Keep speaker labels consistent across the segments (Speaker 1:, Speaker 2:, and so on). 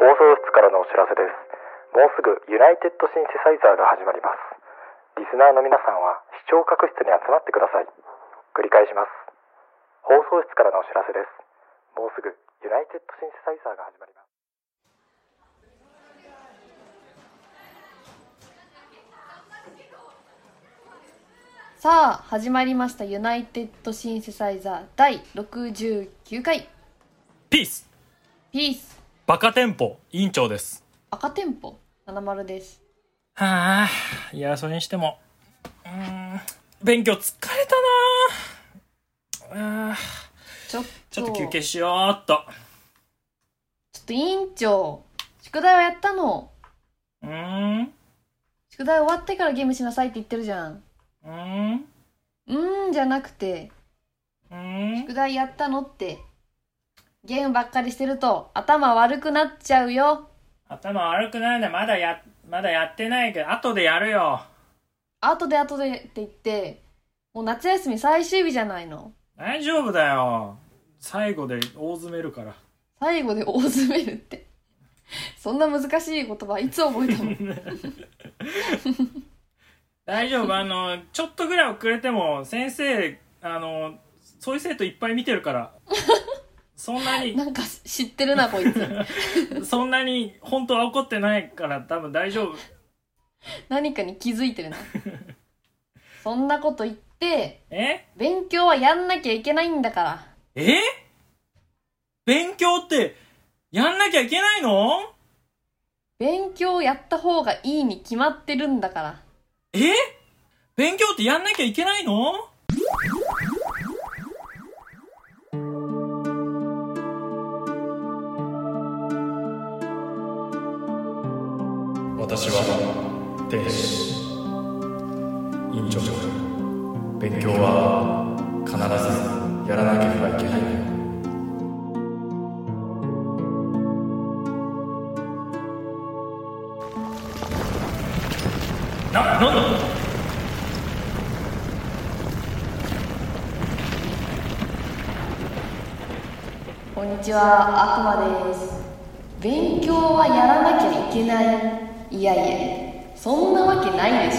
Speaker 1: 放送室からのお知らせですもうすぐユナイテッドシンセサイザーが始まりますリスナーの皆さんは視聴覚室に集まってください繰り返します放送室からのお知らせですもうすぐユナイテッドシンセサイザーが始まります
Speaker 2: さあ始まりました「ユナイテッドシンセサイザー」第69回
Speaker 3: ピース
Speaker 2: ピース
Speaker 3: バカ店舗委員長です。
Speaker 2: 赤店舗70です
Speaker 3: はあ、いや、それにしても、うーん、勉強疲れたなあー
Speaker 2: ちょっと
Speaker 3: ちょっと休憩しようっと。
Speaker 2: ちょっと委員長宿題はやったの
Speaker 3: うーん、う
Speaker 2: 宿題終わってからゲームしなさいって言ってるじゃん
Speaker 3: ーん、う
Speaker 2: うーんじゃなくて
Speaker 3: ーん。
Speaker 2: 宿題やったのってゲームばっかりしてると頭悪くなっちゃうよ
Speaker 3: 頭悪くないね。まだや、まだやってないけど、後でやるよ。
Speaker 2: 後で後でって言ってもう夏休み最終日じゃないの
Speaker 3: 大丈夫だよ。最後で大詰めるから。
Speaker 2: 最後で大詰めるってそんな難しい言葉いつ覚えたの
Speaker 3: 大丈 夫。あの、ちょっとぐらい遅れても、先生、あの、そういう生徒いっぱい見てる から、そんなに
Speaker 2: なんか知ってるなこいつ
Speaker 3: そんなに本当は怒ってないから多分大丈夫。
Speaker 2: 何かに気づいてるなそんなこと言って
Speaker 3: え
Speaker 2: 勉強はやんなきゃいけないんだから
Speaker 3: え勉強ってやんなきゃいけないの
Speaker 2: 勉強をやった方がいいに決まってるんだから
Speaker 3: え勉強ってやんなきゃいけないの
Speaker 4: 私は天使院長勉強は必ずやらなければいけない
Speaker 3: な、なんだ
Speaker 2: こんにちは悪魔です勉強はやらなきゃいけないいやいやそんなわけないでし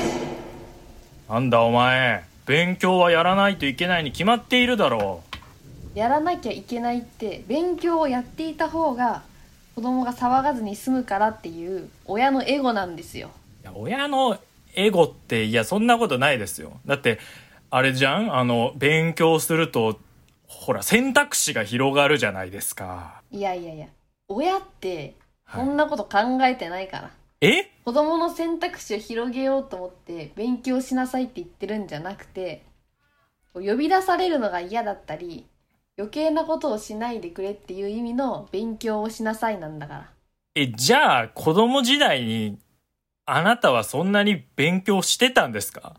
Speaker 2: ょ
Speaker 3: なんだお前。勉強はやらないといけないに決まっているだろ
Speaker 2: やらなきゃいけないって勉強をやっていた方が子供が騒がずに済むからっていう親のエゴなんですよ
Speaker 3: う。いや、親のエゴって、いや、そんなことないですよ。だって、あれじゃんあの、勉強すると、ほら、選択肢が広がるじゃないですか。
Speaker 2: いやいやいや親って
Speaker 3: はい
Speaker 2: そんなこと考えてないから、
Speaker 3: え
Speaker 2: 子供の選択肢を広げようと思って勉強しなさいって言ってるんじゃなくて呼び出されるのが嫌だったり余計なことをしないでくれっていう意味の勉強をしなさいなんだから
Speaker 3: え、じゃあ、子供時代に、あなたはそんなに勉強してたんですか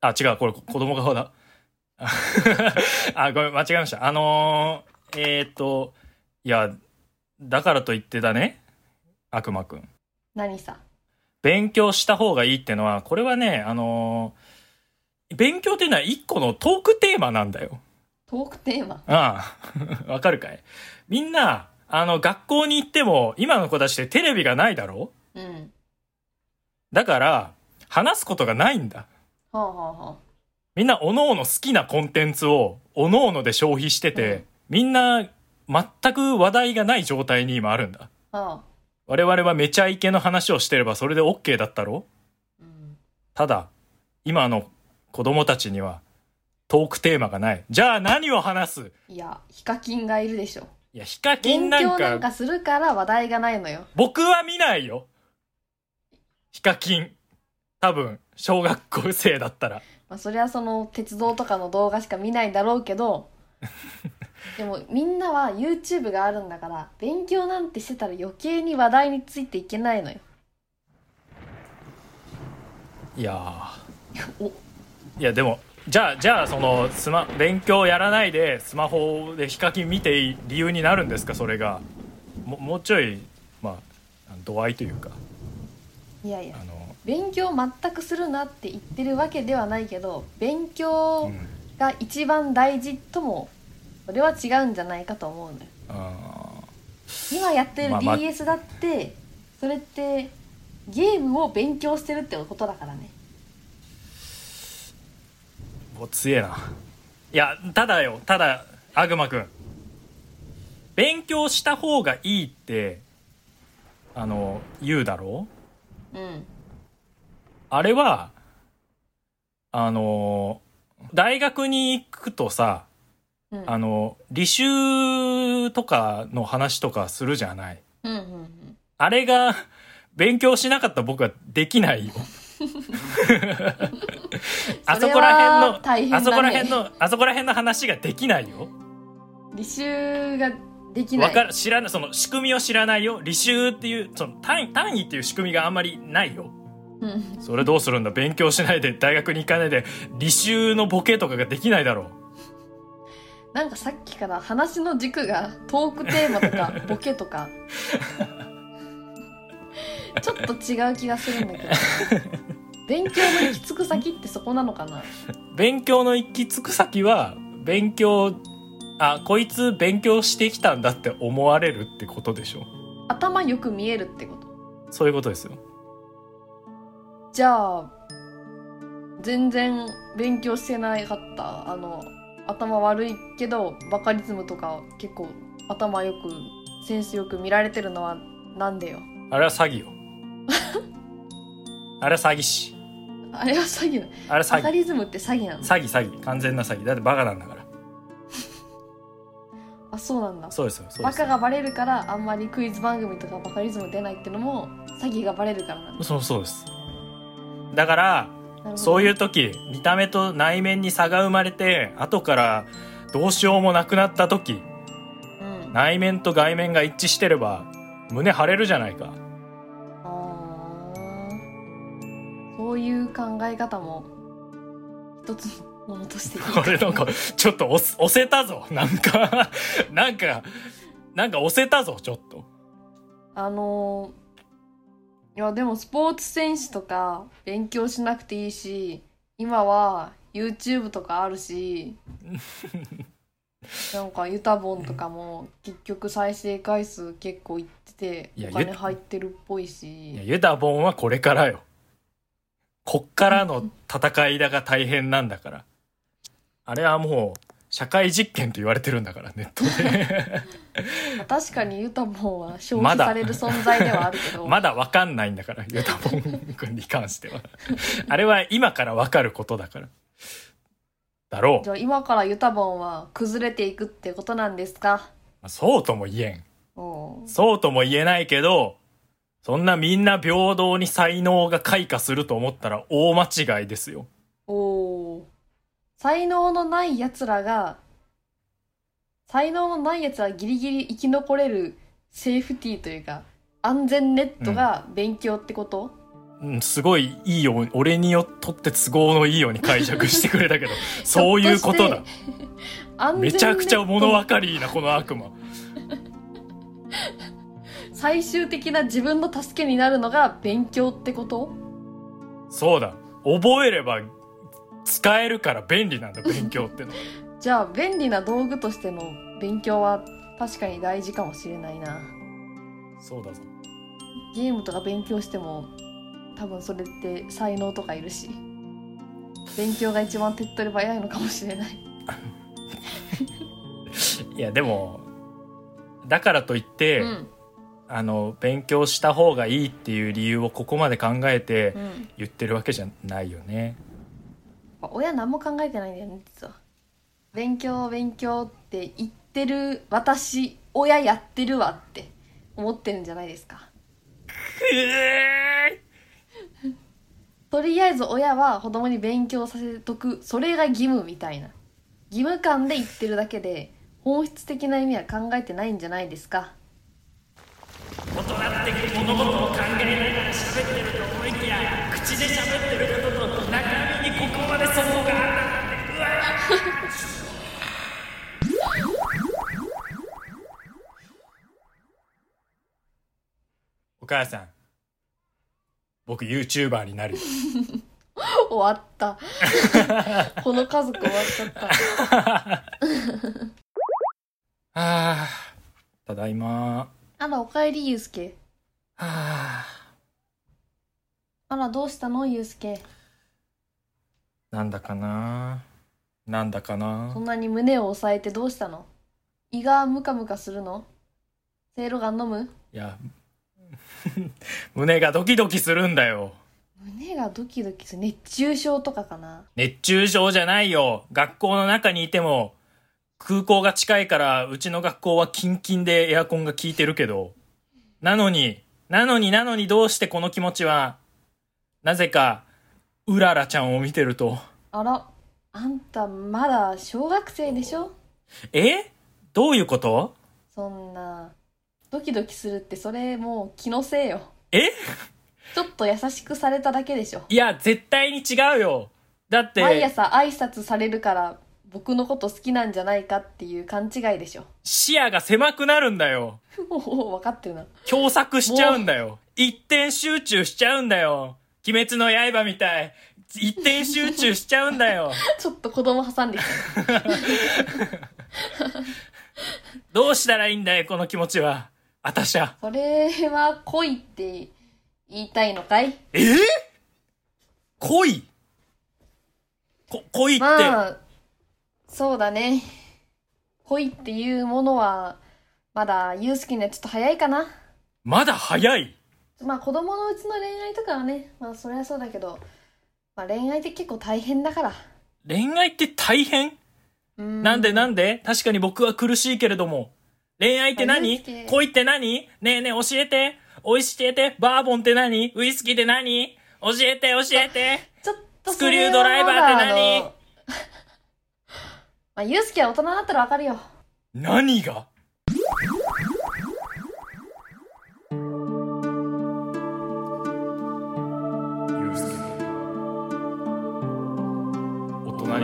Speaker 3: あ、違う、これ、子供側だ。 あ、ごめん、間違えました。あのー、えーっと、いや、だからと言ってだね、悪魔くん。
Speaker 2: 何さ
Speaker 3: 勉強した方がいいってのは、これはね、あのー勉強っていうのは一個のトークテーマなんだよ。
Speaker 2: トークテーマ
Speaker 3: ああ、 わかるかいみんな、あの、学校に行っても、今の子たちってテレビがないだろ
Speaker 2: うん
Speaker 3: だから、話すことがないんだ。
Speaker 2: はあはあはあ
Speaker 3: みんな、おのおの好きなコンテンツを、おのおので消費してて、
Speaker 2: うん
Speaker 3: みんな、全く話題がない状態に今あるんだ。
Speaker 2: はあ
Speaker 3: 我々はめちゃイケの話をしてればそれで OK だったろ
Speaker 2: うん
Speaker 3: ただ、今の子供たちには、トークテーマがない。じゃあ何を話す
Speaker 2: いやヒカキンがいるでしょ
Speaker 3: いや、ヒカキ
Speaker 2: 勉
Speaker 3: ンなん
Speaker 2: 強
Speaker 3: か、
Speaker 2: なんかするから話題がないのよ
Speaker 3: 僕は見ないよ。ヒカキン。多分、小学校生だったら。
Speaker 2: まあ、そりゃその鉄道とかの動画しか見ないだろうけ どでもみんなは YouTube があるんだから勉強なんてしてたら余計に話題についていけないのよ
Speaker 3: いやー。
Speaker 2: お
Speaker 3: いやでもじゃあじゃあそのスマ勉強やらないでスマホでヒカキン見ていい理由になるんですかそれがももうちょいまあ度合いというか
Speaker 2: いやいや
Speaker 3: あの
Speaker 2: 勉強全くするなって言ってるわけではないけど勉強
Speaker 3: うん
Speaker 2: が一番大事ともそれは違うんじゃないかと思うのよ
Speaker 3: あー
Speaker 2: 今やってる
Speaker 3: まあまあ
Speaker 2: DS だってそれってゲームを勉強してるってことだからね
Speaker 3: お強えないやただよただ悪魔くん勉強した方がいいってあの言うだろう
Speaker 2: うん
Speaker 3: あれはあの大学に行くとさ
Speaker 2: うんうん
Speaker 3: あの履修とかの話とかするじゃない
Speaker 2: うんうん
Speaker 3: あれが勉強しなかった僕はでき ないよ。あそ
Speaker 2: それ
Speaker 3: こら
Speaker 2: は大変だ
Speaker 3: 辺の、あ
Speaker 2: ね
Speaker 3: そこら辺の、あそこら辺の話ができないよ。
Speaker 2: 履修ができな
Speaker 3: わ
Speaker 2: い
Speaker 3: かる、知らない、その仕組みを知らないよ。履修っていう、その単位、単位っていう仕組みがあんまりないよ。
Speaker 2: うん
Speaker 3: それどうするんだ勉強しないで大学に行かないで、履修のボケとかができないだろう。
Speaker 2: なんかさっきから話の軸がトークテーマとか ボケとかちょっと違う気がするんだけど勉強の行き着く先ってそこなのかな
Speaker 3: 勉強の行き着く先は、勉強、あ、こいつ勉強してきたんだって思われるってことでしょ。
Speaker 2: 頭よく見えるってこと
Speaker 3: そういうことですよ。
Speaker 2: じゃあ全然勉強してなかったあの頭悪いけどバカリズムとか結構頭よくセンスよく見られてるのはなんでよ
Speaker 3: あれは詐欺よ。あれは詐欺師。
Speaker 2: あれは詐欺なの
Speaker 3: あれは
Speaker 2: バ
Speaker 3: 詐
Speaker 2: カ
Speaker 3: 欺。
Speaker 2: リズムって詐欺なの
Speaker 3: 詐欺詐欺。完全な詐欺。だってバカなんだから。
Speaker 2: あそうなんだ
Speaker 3: そうですよ。そう
Speaker 2: バ
Speaker 3: です
Speaker 2: カ
Speaker 3: よ。
Speaker 2: がバレるからあんまりクイズ番組とかバカリズム出ないってのも詐欺がバレるからなんだ
Speaker 3: そうそうです。だから、
Speaker 2: なるほど
Speaker 3: そういう時、見た目と内面に差が生まれて、後からどうしようもなくなった時、
Speaker 2: うんあ
Speaker 3: 内面と外面が一致してれば、胸張れるじゃないか。
Speaker 2: ーそういう考え方も一つのものとしていい
Speaker 3: これなんか、ちょっと押す押せたぞ。なんか、 なんか、なんか押せたぞ、ちょっと。
Speaker 2: あのーいやでもスポーツ選手とか勉強しなくていいし今は YouTube とかある しなんかユタボンとかも結局再生回数結構いってて
Speaker 3: いや
Speaker 2: お金
Speaker 3: ユタ
Speaker 2: 入ってるっぽい
Speaker 3: いや
Speaker 2: し
Speaker 3: ユダボンはこれからよ。こっからの戦いだが大変なんだから。あれはもう、社会実験と言われてるんだから、ネットで。
Speaker 2: まあ確かにユタボンは消
Speaker 3: ま
Speaker 2: 費
Speaker 3: だ
Speaker 2: される存在ではあるけど
Speaker 3: まだわかんないんだから、ユダボン君に関しては。あれは今からわかることだから。だろ
Speaker 2: じゃあ今からユタボンは崩れていくってことなんですか
Speaker 3: う。そうとも言えん。
Speaker 2: おう
Speaker 3: そうとも言えないけど、そんなみんな平等に才能が開花すると思ったら大間違いですよ。
Speaker 2: おー才能のないやつらが才能のないやつらギリギリ生き残れるセーフティーというか安全ネットが勉強ってこと、
Speaker 3: うん、すごいいいように俺によっとって都合のいいように解釈してくれ たけどそういうこと
Speaker 2: ひょっ
Speaker 3: だ
Speaker 2: と安全ネッ
Speaker 3: め
Speaker 2: ト
Speaker 3: ちゃくちゃ物分かりいいなこの悪魔
Speaker 2: 最終的な自分の助けになるのが勉強ってこと
Speaker 3: そうだ覚えれば使えるから便利なんだ勉強ってのは
Speaker 2: じゃあ便利な道具としての勉強は確かに大事かもしれないな
Speaker 3: そうだぞ
Speaker 2: ゲームとか勉強しても多分それって才能とかいるし勉強が一番手っ取り早いのかもしれない
Speaker 3: いやでもだからといって、
Speaker 2: うん
Speaker 3: あの勉強した方がいいっていう理由をここまで考えて
Speaker 2: うん、やっ
Speaker 3: 言ってるわけじゃないよね
Speaker 2: ぱ親何も考えてないんだよね実は勉強勉強って言ってる私親やってるわって思ってるんじゃないですかとりあえず親は子供に勉強させとくそれが義務みたいな義務感で言ってるだけで本質的な意味は考えてないんじゃないですか
Speaker 3: お母さん僕 YouTuber になるよ
Speaker 2: 終わった この家族終わっちゃった
Speaker 3: ああ、ただいま。
Speaker 2: あら、おかえり、ゆうすけ。
Speaker 4: はあ
Speaker 2: あら、どうしたの、ゆうすけ。
Speaker 4: なんだかななんだかな
Speaker 2: そんなに胸を押さえてどうしたの胃がムカムカするのせいろがん飲む
Speaker 4: いや 胸がドキドキするんだよ
Speaker 2: 胸がドキドキする。熱中症とかかな
Speaker 4: 熱中症じゃないよ学校の中にいても空港が近いからうちの学校はキンキンでエアコンが効いてるけどなのになのになのにどうしてこの気持ちはなぜかうららちゃんを見てると
Speaker 2: あら、あんたまだ小学生でしょ
Speaker 4: えどういうこと
Speaker 2: そんな、ドキドキするってそれもう気のせいよ。
Speaker 4: え
Speaker 2: ちょっと優しくされただけでしょ。
Speaker 4: いや絶対に違うよだって
Speaker 2: 毎朝挨拶されるから僕のこと好きなんじゃないかっていう勘違いでしょ。
Speaker 4: 視野が狭くなるんだよ
Speaker 2: もう分かってるな。
Speaker 4: 狭窄しちゃうんだよ一点集中しちゃうんだよ鬼滅の刃みたい一点集中しちゃうんだ よ
Speaker 2: ちょっと子供挟ん できた。
Speaker 4: どうしたらいいんだよこの気持ちはあたしゃ
Speaker 2: それは恋って言いたいのかい
Speaker 4: えー、恋こ恋って、
Speaker 2: まあ、そうだね。恋っていうものは、まだゆうすけにはちょっと早いかな。
Speaker 4: まだ早い
Speaker 2: まあ子供のうちの恋愛とかはね、まあそれはそうだけど、まあ恋愛って結構大変だから。
Speaker 4: 恋愛って大変
Speaker 2: うん
Speaker 4: なんでなんで確かに僕は苦しいけれども。恋愛って
Speaker 2: あユ
Speaker 4: 何
Speaker 2: ースケ
Speaker 4: 恋って何ねえねえ教えて。おいしえて。バーボンって何ウイスキーって何教えて教えて。
Speaker 2: ちょっと
Speaker 4: スクリュードライバーって何
Speaker 2: それはまだあの まあゆうすけは大人だったらわかるよ。
Speaker 4: 何が
Speaker 3: ゆうすけ大人に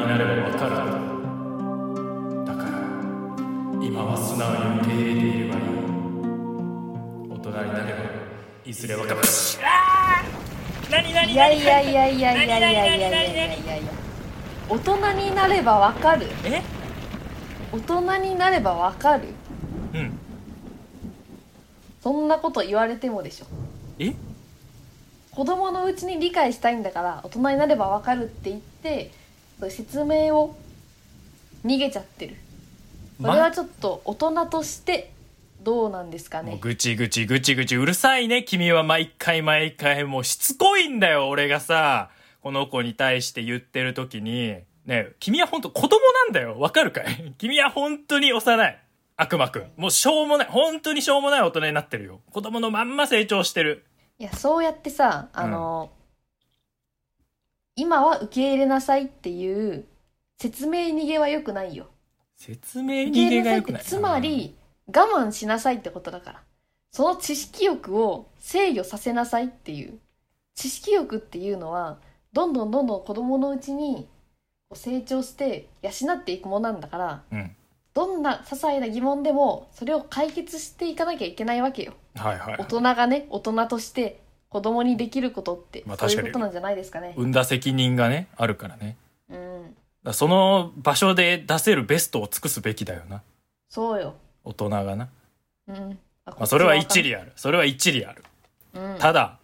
Speaker 3: なればわかるだから今は素直に受け入れていればいい大人になればいずれわかる
Speaker 4: 何何
Speaker 2: いやいや
Speaker 4: 何
Speaker 2: いやいやいやいやいやいやいやいやいや大人になればわかる。
Speaker 4: え
Speaker 2: 大人になればわかる。
Speaker 4: うん。
Speaker 2: そんなこと言われてもでしょ。
Speaker 4: え
Speaker 2: 子供のうちに理解したいんだから大人になればわかるって言ってそういう説明を逃げちゃってるそれは
Speaker 4: ま、
Speaker 2: ちょっと大人としてどうなんですか
Speaker 4: もう
Speaker 2: ね
Speaker 4: ぐちぐちぐちぐちうるさいね。君は毎回毎回もうしつこいんだよ。俺がさ、この子に対して言ってる時に。ねえ君は本当子供なんだよ。わかるかい 君は本当に幼い。悪魔くん。もうしょうもない。本当にしょうもない大人になってるよ。子供のまんま成長してる。
Speaker 2: いやそうやってさあの、今は受け入れなさいっていう説明逃げは良くないよ
Speaker 4: 説明
Speaker 2: 受け
Speaker 4: 逃
Speaker 2: 入
Speaker 4: げ
Speaker 2: れなさ
Speaker 4: が
Speaker 2: い
Speaker 4: 良
Speaker 2: っ
Speaker 4: く
Speaker 2: て
Speaker 4: ない。
Speaker 2: つまり我慢しなさいってことだからその知識欲を制御させなさいっていう知識欲っていうのはどんどんどんどん子供のうちにこう成長して養っていくものなんだから
Speaker 4: うん。うん。
Speaker 2: どんな些細な疑問でもそれを解決していかなきゃいけないわけよ
Speaker 4: はいはい
Speaker 2: 大。人がね大人として子供にできることって
Speaker 4: まあ
Speaker 2: そうい
Speaker 4: 確か
Speaker 2: う
Speaker 4: に
Speaker 2: ことなんじゃないですかね
Speaker 4: 産んだ責任がね、あるからね。
Speaker 2: うん
Speaker 4: だからその場所で出せるベストを尽くすべきだよな。
Speaker 2: そうよ
Speaker 4: 大人がな。
Speaker 2: うんあ
Speaker 4: まあ、それは一理ある。それは一理ある。
Speaker 2: うん
Speaker 4: ただ、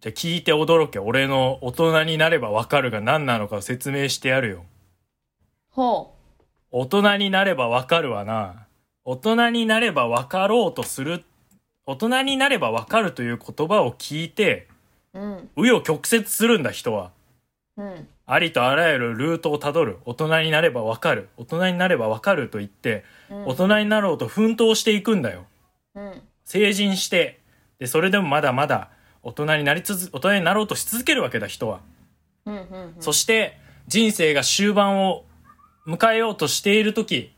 Speaker 4: じゃあ聞いて驚け。俺の大人になればわかるが何なのかを説明してやるよ。
Speaker 2: ほ
Speaker 4: 大人になればわかるわな。大人になればわかろうとする。大人になればわかるという言葉を聞いて、
Speaker 2: ううん
Speaker 4: 紆余曲折するんだ人は。
Speaker 2: うん
Speaker 4: ありとあらゆるルートをたどる。大人になればわかる。大人になればわかると言って、
Speaker 2: うん
Speaker 4: 大人になろうと奮闘していくんだよ。
Speaker 2: うん
Speaker 4: 成人してでそれでもまだまだ大人になり続大人になろうとし続けるわけだ人は、
Speaker 2: うんうんうん
Speaker 4: そして人生が終盤を迎えようとしている時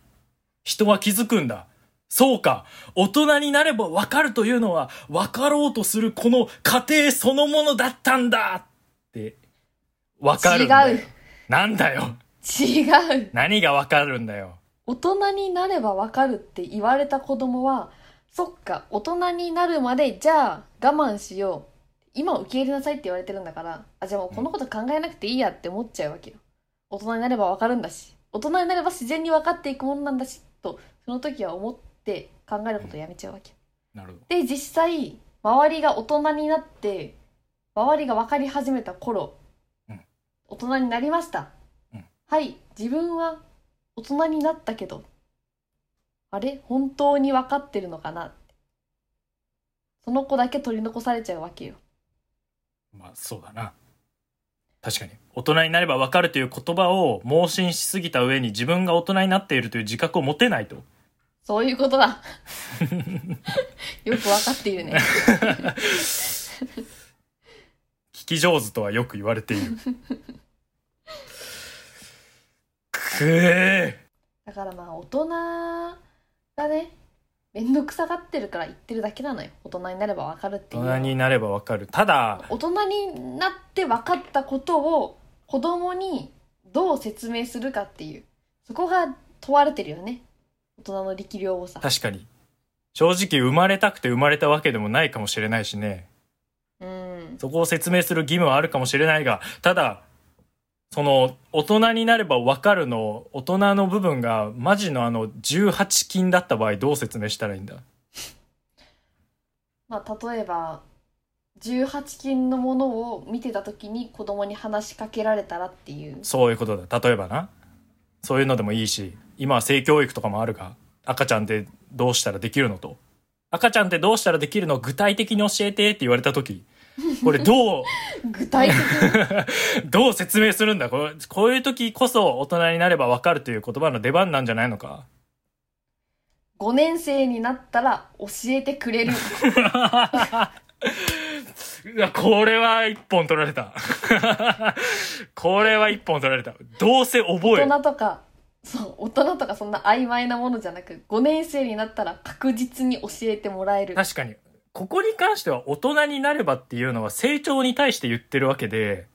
Speaker 4: 人は気づくんだそうか大人になれば分かるというのは分かろうとするこの過程そのものだったんだって分かるんだよ
Speaker 2: 違う
Speaker 4: なんだよ
Speaker 2: 違う
Speaker 4: 何が分かるんだよ
Speaker 2: 大人になればわかるって言われた子供はそっか大人になるまでじゃあ我慢しよう今受け入れなさいって言われてるんだからあじゃあもうこのこと考えなくていいやって思っちゃうわけよ大人になればわかるんだし大人になれば自然に分かっていくものなんだしとその時は思って考えることをやめちゃうわけ。
Speaker 4: なるほど
Speaker 2: で実際周りが大人になって周りが分かり始めた頃、
Speaker 4: うん
Speaker 2: 大人になりました、
Speaker 4: うん
Speaker 2: はい自分は大人になったけどあれ本当に分かってるのかなってその子だけ取り残されちゃうわけよ
Speaker 4: まあそうだな確かに大人になれば分かるという言葉を盲信しすぎた上に自分が大人になっているという自覚を持てないと
Speaker 2: そういうこと だよく分かっているね
Speaker 4: 聞き上手とはよく言われているくえ
Speaker 2: だからまあ大人がね面倒くさがってるから言ってるだけなのよ大人になれば分かるっていう
Speaker 4: 大
Speaker 2: のは
Speaker 4: 人になれば分かるただ
Speaker 2: 大人になって分かったことを子供にどう説明するかっていうそこが問われてるよね大人の力量をさ、
Speaker 4: 確かに正直生まれたくて生まれたわけでもないかもしれないしね
Speaker 2: うん、
Speaker 4: そこを説明する義務はあるかもしれないが、ただ、その、大人になれば分かるの、大人の部分が、マジのあの、18禁だった場合、どう説明したらいいんだ
Speaker 2: まあ例えば18禁のものを見てた時に子供に話しかけられたらっていう
Speaker 4: そういうことだ。例えばな。そういうのでもいいし、今は性教育とかもあるが、赤ちゃんってどうしたらできるのと。赤ちゃんってどうしたらできるのを具体的に教えてって言われた時、これ どう、
Speaker 2: 具体的に
Speaker 4: どう説明するんだこれこういう時こそ大人になれば分かるという言葉の出番なんじゃないのか
Speaker 2: 5年生になったら教えてくれる
Speaker 4: いや、 これは一本取られ た。これは一本取られた。どうせ覚え
Speaker 2: 大
Speaker 4: る。
Speaker 2: 人とかそう大人とかそんな曖昧なものじゃなく5年生になったら確実に教えてもらえる
Speaker 4: 確かに。ここに関しては大人になればっていうのは成長に対して言ってるわけで、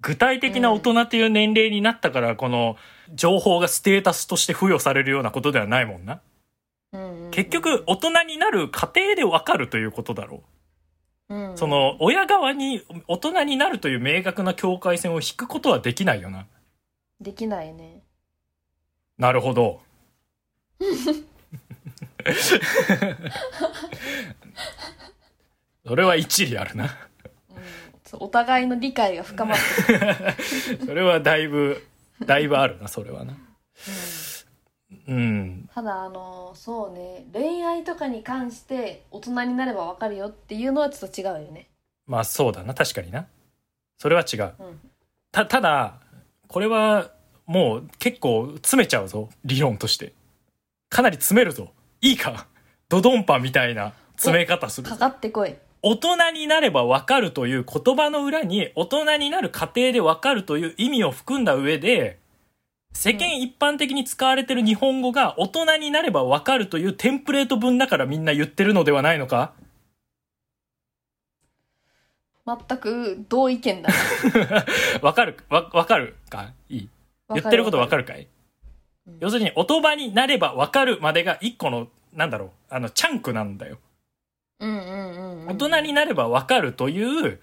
Speaker 4: 具体的な大人という年齢になったから、この情報がステータスとして付与されるようなことではないもんな。
Speaker 2: うんうん
Speaker 4: 結局、大人になる過程でわかるということだろう。
Speaker 2: うん
Speaker 4: その、親側に大人になるという明確な境界線を引くことはできないよな。
Speaker 2: できないね
Speaker 4: なるほど。 それは一理あるな。
Speaker 2: そうお互いの理解が深まってくる
Speaker 4: それはだいぶ、だいぶあるな、それはな。うん。
Speaker 2: ただあのそうね恋愛とかに関して大人になればわかるよっていうのはちょっと違うよね
Speaker 4: まあそうだな、確かにな。それは違う。
Speaker 2: うん
Speaker 4: た、ただ、これはもう結構詰めちゃうぞ、理論として。かなり詰めるぞ。いいか。ドドンパみたいな詰め方するぞ
Speaker 2: かかってこい
Speaker 4: 大人になればわかるという言葉の裏に大人になる過程でわかるという意味を含んだ上で世間一般的に使われている日本語が大人になればわかるというテンプレート文だからみんな言ってるのではないのか
Speaker 2: 全く同意見だな
Speaker 4: わかるわわかるかいい 言ってることわか
Speaker 2: る
Speaker 4: るかい要するに大人になればわかるまでが一個のなんだろうあのチャンクなんだよ
Speaker 2: うんうんうん、うん、
Speaker 4: 大人になればわかるという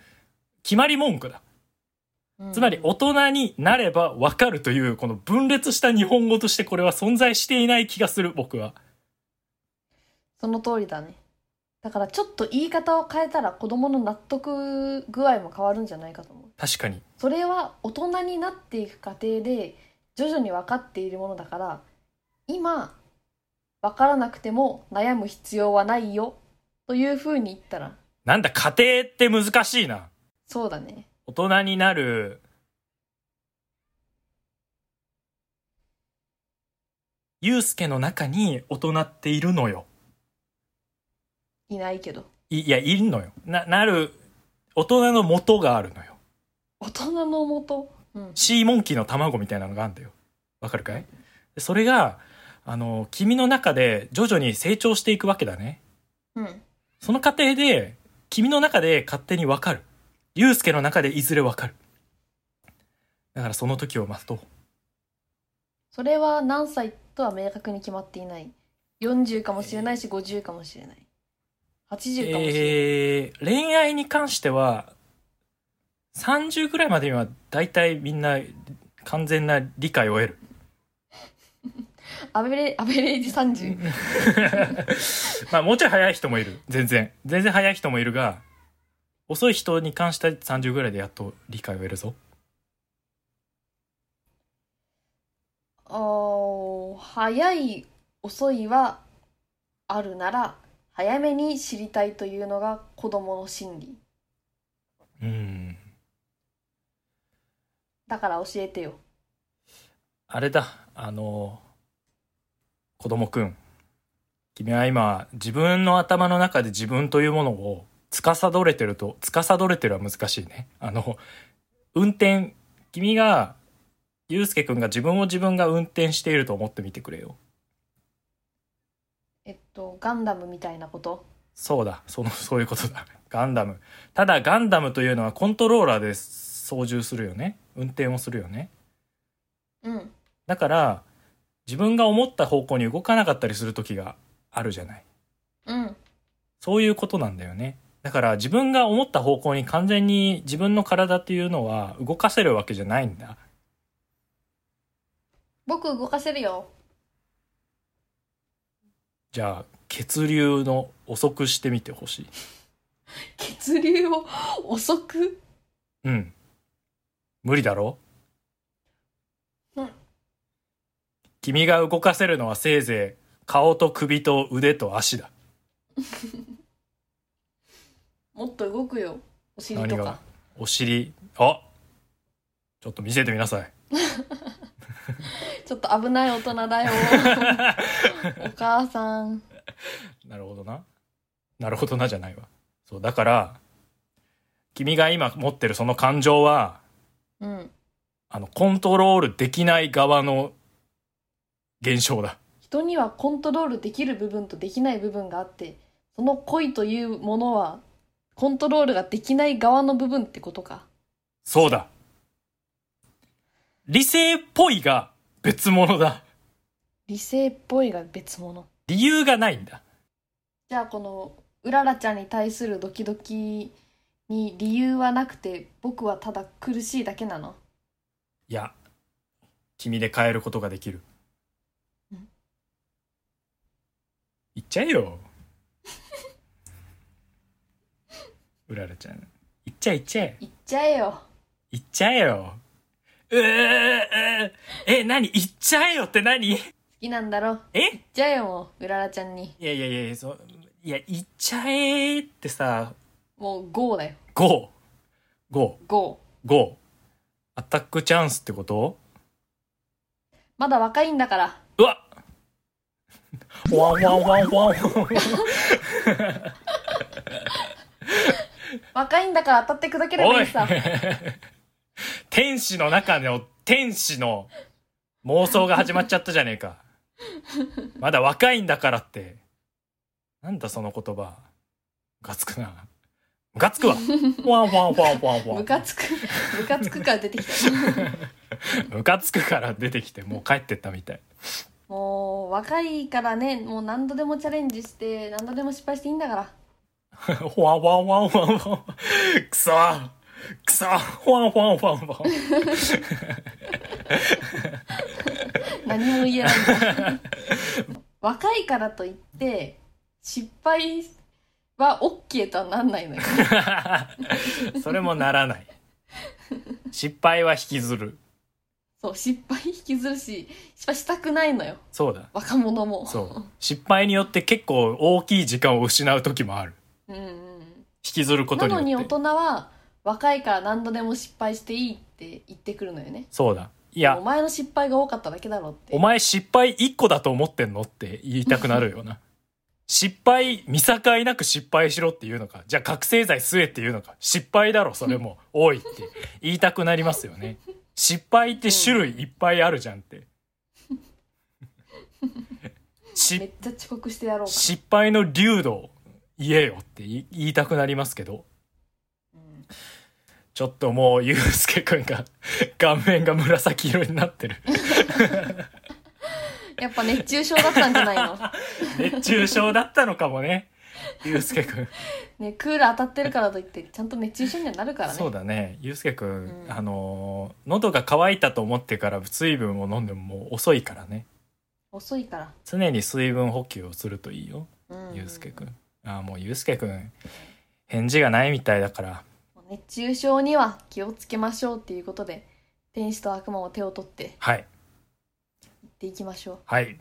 Speaker 4: 決まり文句だ
Speaker 2: うん
Speaker 4: つまり大人になればわかるというこの分裂した日本語としてこれは存在していない気がする僕は
Speaker 2: その通りだねだからちょっと言い方を変えたら子供の納得具合も変わるんじゃないかと思う
Speaker 4: 確かに
Speaker 2: それは大人になっていく過程で徐々に分かっているものだから今分からなくても悩む必要はないよというふうに言ったら
Speaker 4: なんだ家庭って難しいな
Speaker 2: そうだね
Speaker 4: 大人になるユうスケの中に大人っているのよ
Speaker 2: いないけど
Speaker 4: いいやいるのよななる大人の元があるのよ
Speaker 2: 大人のもと、うん、
Speaker 4: シーモンキーの卵みたいなのがあるんだよ。わかるかいでそれが、あの、君の中で徐々に成長していくわけだね。
Speaker 2: うん
Speaker 4: その過程で、君の中で勝手にわかる。ゆうすけの中でいずれわかる。だからその時を待とう。
Speaker 2: それは何歳とは明確に決まっていない40かもしれないし50かもしれない80かもしれない、
Speaker 4: えー、恋愛に関しては、30ぐらいまでには大体みんな完全な理解を得る。
Speaker 2: アベレアベレージ30
Speaker 4: まあもうちょい早い人もいる全然全然早い人もいるが遅い人に関しては30ぐらいでやっと理解を得るぞ
Speaker 2: おー早い遅いはあるなら早めに知りたいというのが子どもの心理
Speaker 4: うん
Speaker 2: だから教えてよ
Speaker 4: あれだあの子供くん君は今自分の頭の中で自分というものを司れてると司れてるは難しいねあの運転君がゆうすけくんが自分を自分が運転していると思ってみてくれよ
Speaker 2: えっとガンダムみたいなこと
Speaker 4: そうだそのそういうことだガンダムただガンダムというのはコントローラーで操縦するよね運転をするよね
Speaker 2: うん
Speaker 4: だから自分が思った方向に動かなかったりする時があるじゃない
Speaker 2: うん
Speaker 4: そういうことなんだよねだから自分が思った方向に完全に自分の体っていうのは動かせるわけじゃないんだ
Speaker 2: 僕動かせるよ
Speaker 4: じゃあ血流の遅くしてみてほしい
Speaker 2: 血流を遅く
Speaker 4: うん無理だろ
Speaker 2: うん
Speaker 4: 君が動かせるのはせいぜい顔と首と腕と足だ
Speaker 2: もっと動くよお尻
Speaker 4: 何
Speaker 2: と
Speaker 4: が
Speaker 2: か
Speaker 4: お尻あちょっと見せてみなさい
Speaker 2: ちょっと危ない大人だ よお母さん
Speaker 4: なるほどな。なるほどなじゃないわ。そう、だから、君が今持ってるその感情は、
Speaker 2: うん
Speaker 4: あの、コントロールできない側の現象だ。
Speaker 2: 人にはコントロールできる部分とできない部分があってその恋というものはコントロールができない側の部分ってことか
Speaker 4: そうだ。理性っぽいが別物だ。
Speaker 2: 理性っぽいが別物
Speaker 4: 理由がないんだ。
Speaker 2: じゃあこのうららちゃんに対するドキドキに理由はなくて僕はただ苦しいだけなの
Speaker 4: いや、君で変えることができる
Speaker 2: ん。
Speaker 4: 言っちゃえよ。うららちゃん。言っちゃえ言っちゃえ。
Speaker 2: 言っちゃえよ
Speaker 4: 言っちゃえよ。うーうーえ、何言っちゃえよって何
Speaker 2: 好きなんだろ
Speaker 4: え
Speaker 2: 言っちゃえよもううららちゃんに
Speaker 4: いやいやいや、そう、いや、言っちゃえってさ、
Speaker 2: もう GO だよ
Speaker 4: ゴー。ゴ
Speaker 2: GO
Speaker 4: ー。ゴー。アタックチャンスってこと
Speaker 2: まだ若いんだから
Speaker 4: うわワンワンワンワン。
Speaker 2: 若いんだから当たって砕ければ
Speaker 4: お
Speaker 2: いい
Speaker 4: い
Speaker 2: さ
Speaker 4: 天使の中の天使の妄想が始まっちゃったじゃねえか。まだ若いんだからって。なんだその言葉。ムカつくな。ムカつ くわ。ワンワンワンワンワ
Speaker 2: ム
Speaker 4: ン。
Speaker 2: カつくムカつくから出てきた
Speaker 4: ムカつくから出てきてもう帰ってったみたい。
Speaker 2: もう若いからねもう何度でもチャレンジして何度でも失敗していいんだ から
Speaker 4: ワンワンワンワンワン。くそくそワンワンワンワン。
Speaker 2: 何も言えないんだ若いからといって失敗は OK とはなんないのよ
Speaker 4: それもならない。失敗は引きずる。
Speaker 2: そう失敗引きずるし失敗したくないのよ
Speaker 4: そうだ。
Speaker 2: 若者も
Speaker 4: そう。失敗によって結構大きい時間を失う時もある。
Speaker 2: う、うんうん、
Speaker 4: 引きずること
Speaker 2: な
Speaker 4: によ
Speaker 2: の
Speaker 4: って。
Speaker 2: に大人は若いから何度でも失敗していいって言ってくるのよね
Speaker 4: そうだ。い
Speaker 2: お
Speaker 4: や、
Speaker 2: 前の失敗が多かっただけだろって
Speaker 4: お前失敗1個だと思ってんのって言いたくなるよな。失敗、見境なく失敗しろっていうのか。じゃあ覚醒剤吸えっていうのか。失敗だろ、それも。多いって言いたくなりますよね。失敗って種類いっぱいあるじゃんって。失
Speaker 2: めっちゃ遅刻してやろうか、
Speaker 4: 失敗の流度を言えよって言い言いたくなりますけど、ちょっともうゆうすけくんが顔面が紫色になってる
Speaker 2: やっぱ熱中症だったんじゃないの
Speaker 4: 熱中症だったのかもねゆうすけくん、
Speaker 2: ねクーラー当たってるからといってちゃんと熱中症にはなるからね
Speaker 4: そうだねゆうすけくん、
Speaker 2: うん
Speaker 4: あのー喉が渇いたと思ってから水分を飲んでももう遅いからね
Speaker 2: 遅いから
Speaker 4: 常に水分補給をするといいよ、
Speaker 2: うん
Speaker 4: ゆうすけくんああもうゆうすけくん返事がないみたいだから
Speaker 2: 熱中症には気をつけましょうっていうことで天使と悪魔を手を取って
Speaker 4: はい
Speaker 2: 行っていきましょう
Speaker 4: はい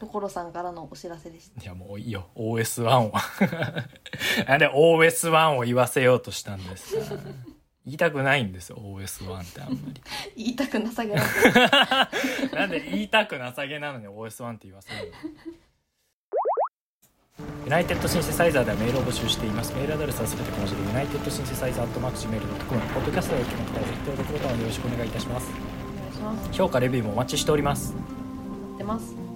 Speaker 2: 所さんからのお知らせでした
Speaker 4: いやもういいよ OS1 を なんで OS1 を言わせようとしたんですか言いたくないんですよ OS1 ってあんまり
Speaker 2: 言いたくなさげな
Speaker 4: なんで言いたくなさげなのに OS1 って言わせるのユナイテッドシンセサイザーではメールを募集していますメールアドレスはすべて小文字でユナイテッドシンセサイザーとマクシメールドットコムポッドキャストをお聞きの方は絶対登録ボタンをよろしくお願いいたします
Speaker 2: お願いします
Speaker 4: 評価レビューもお待ちしております
Speaker 2: 待ってます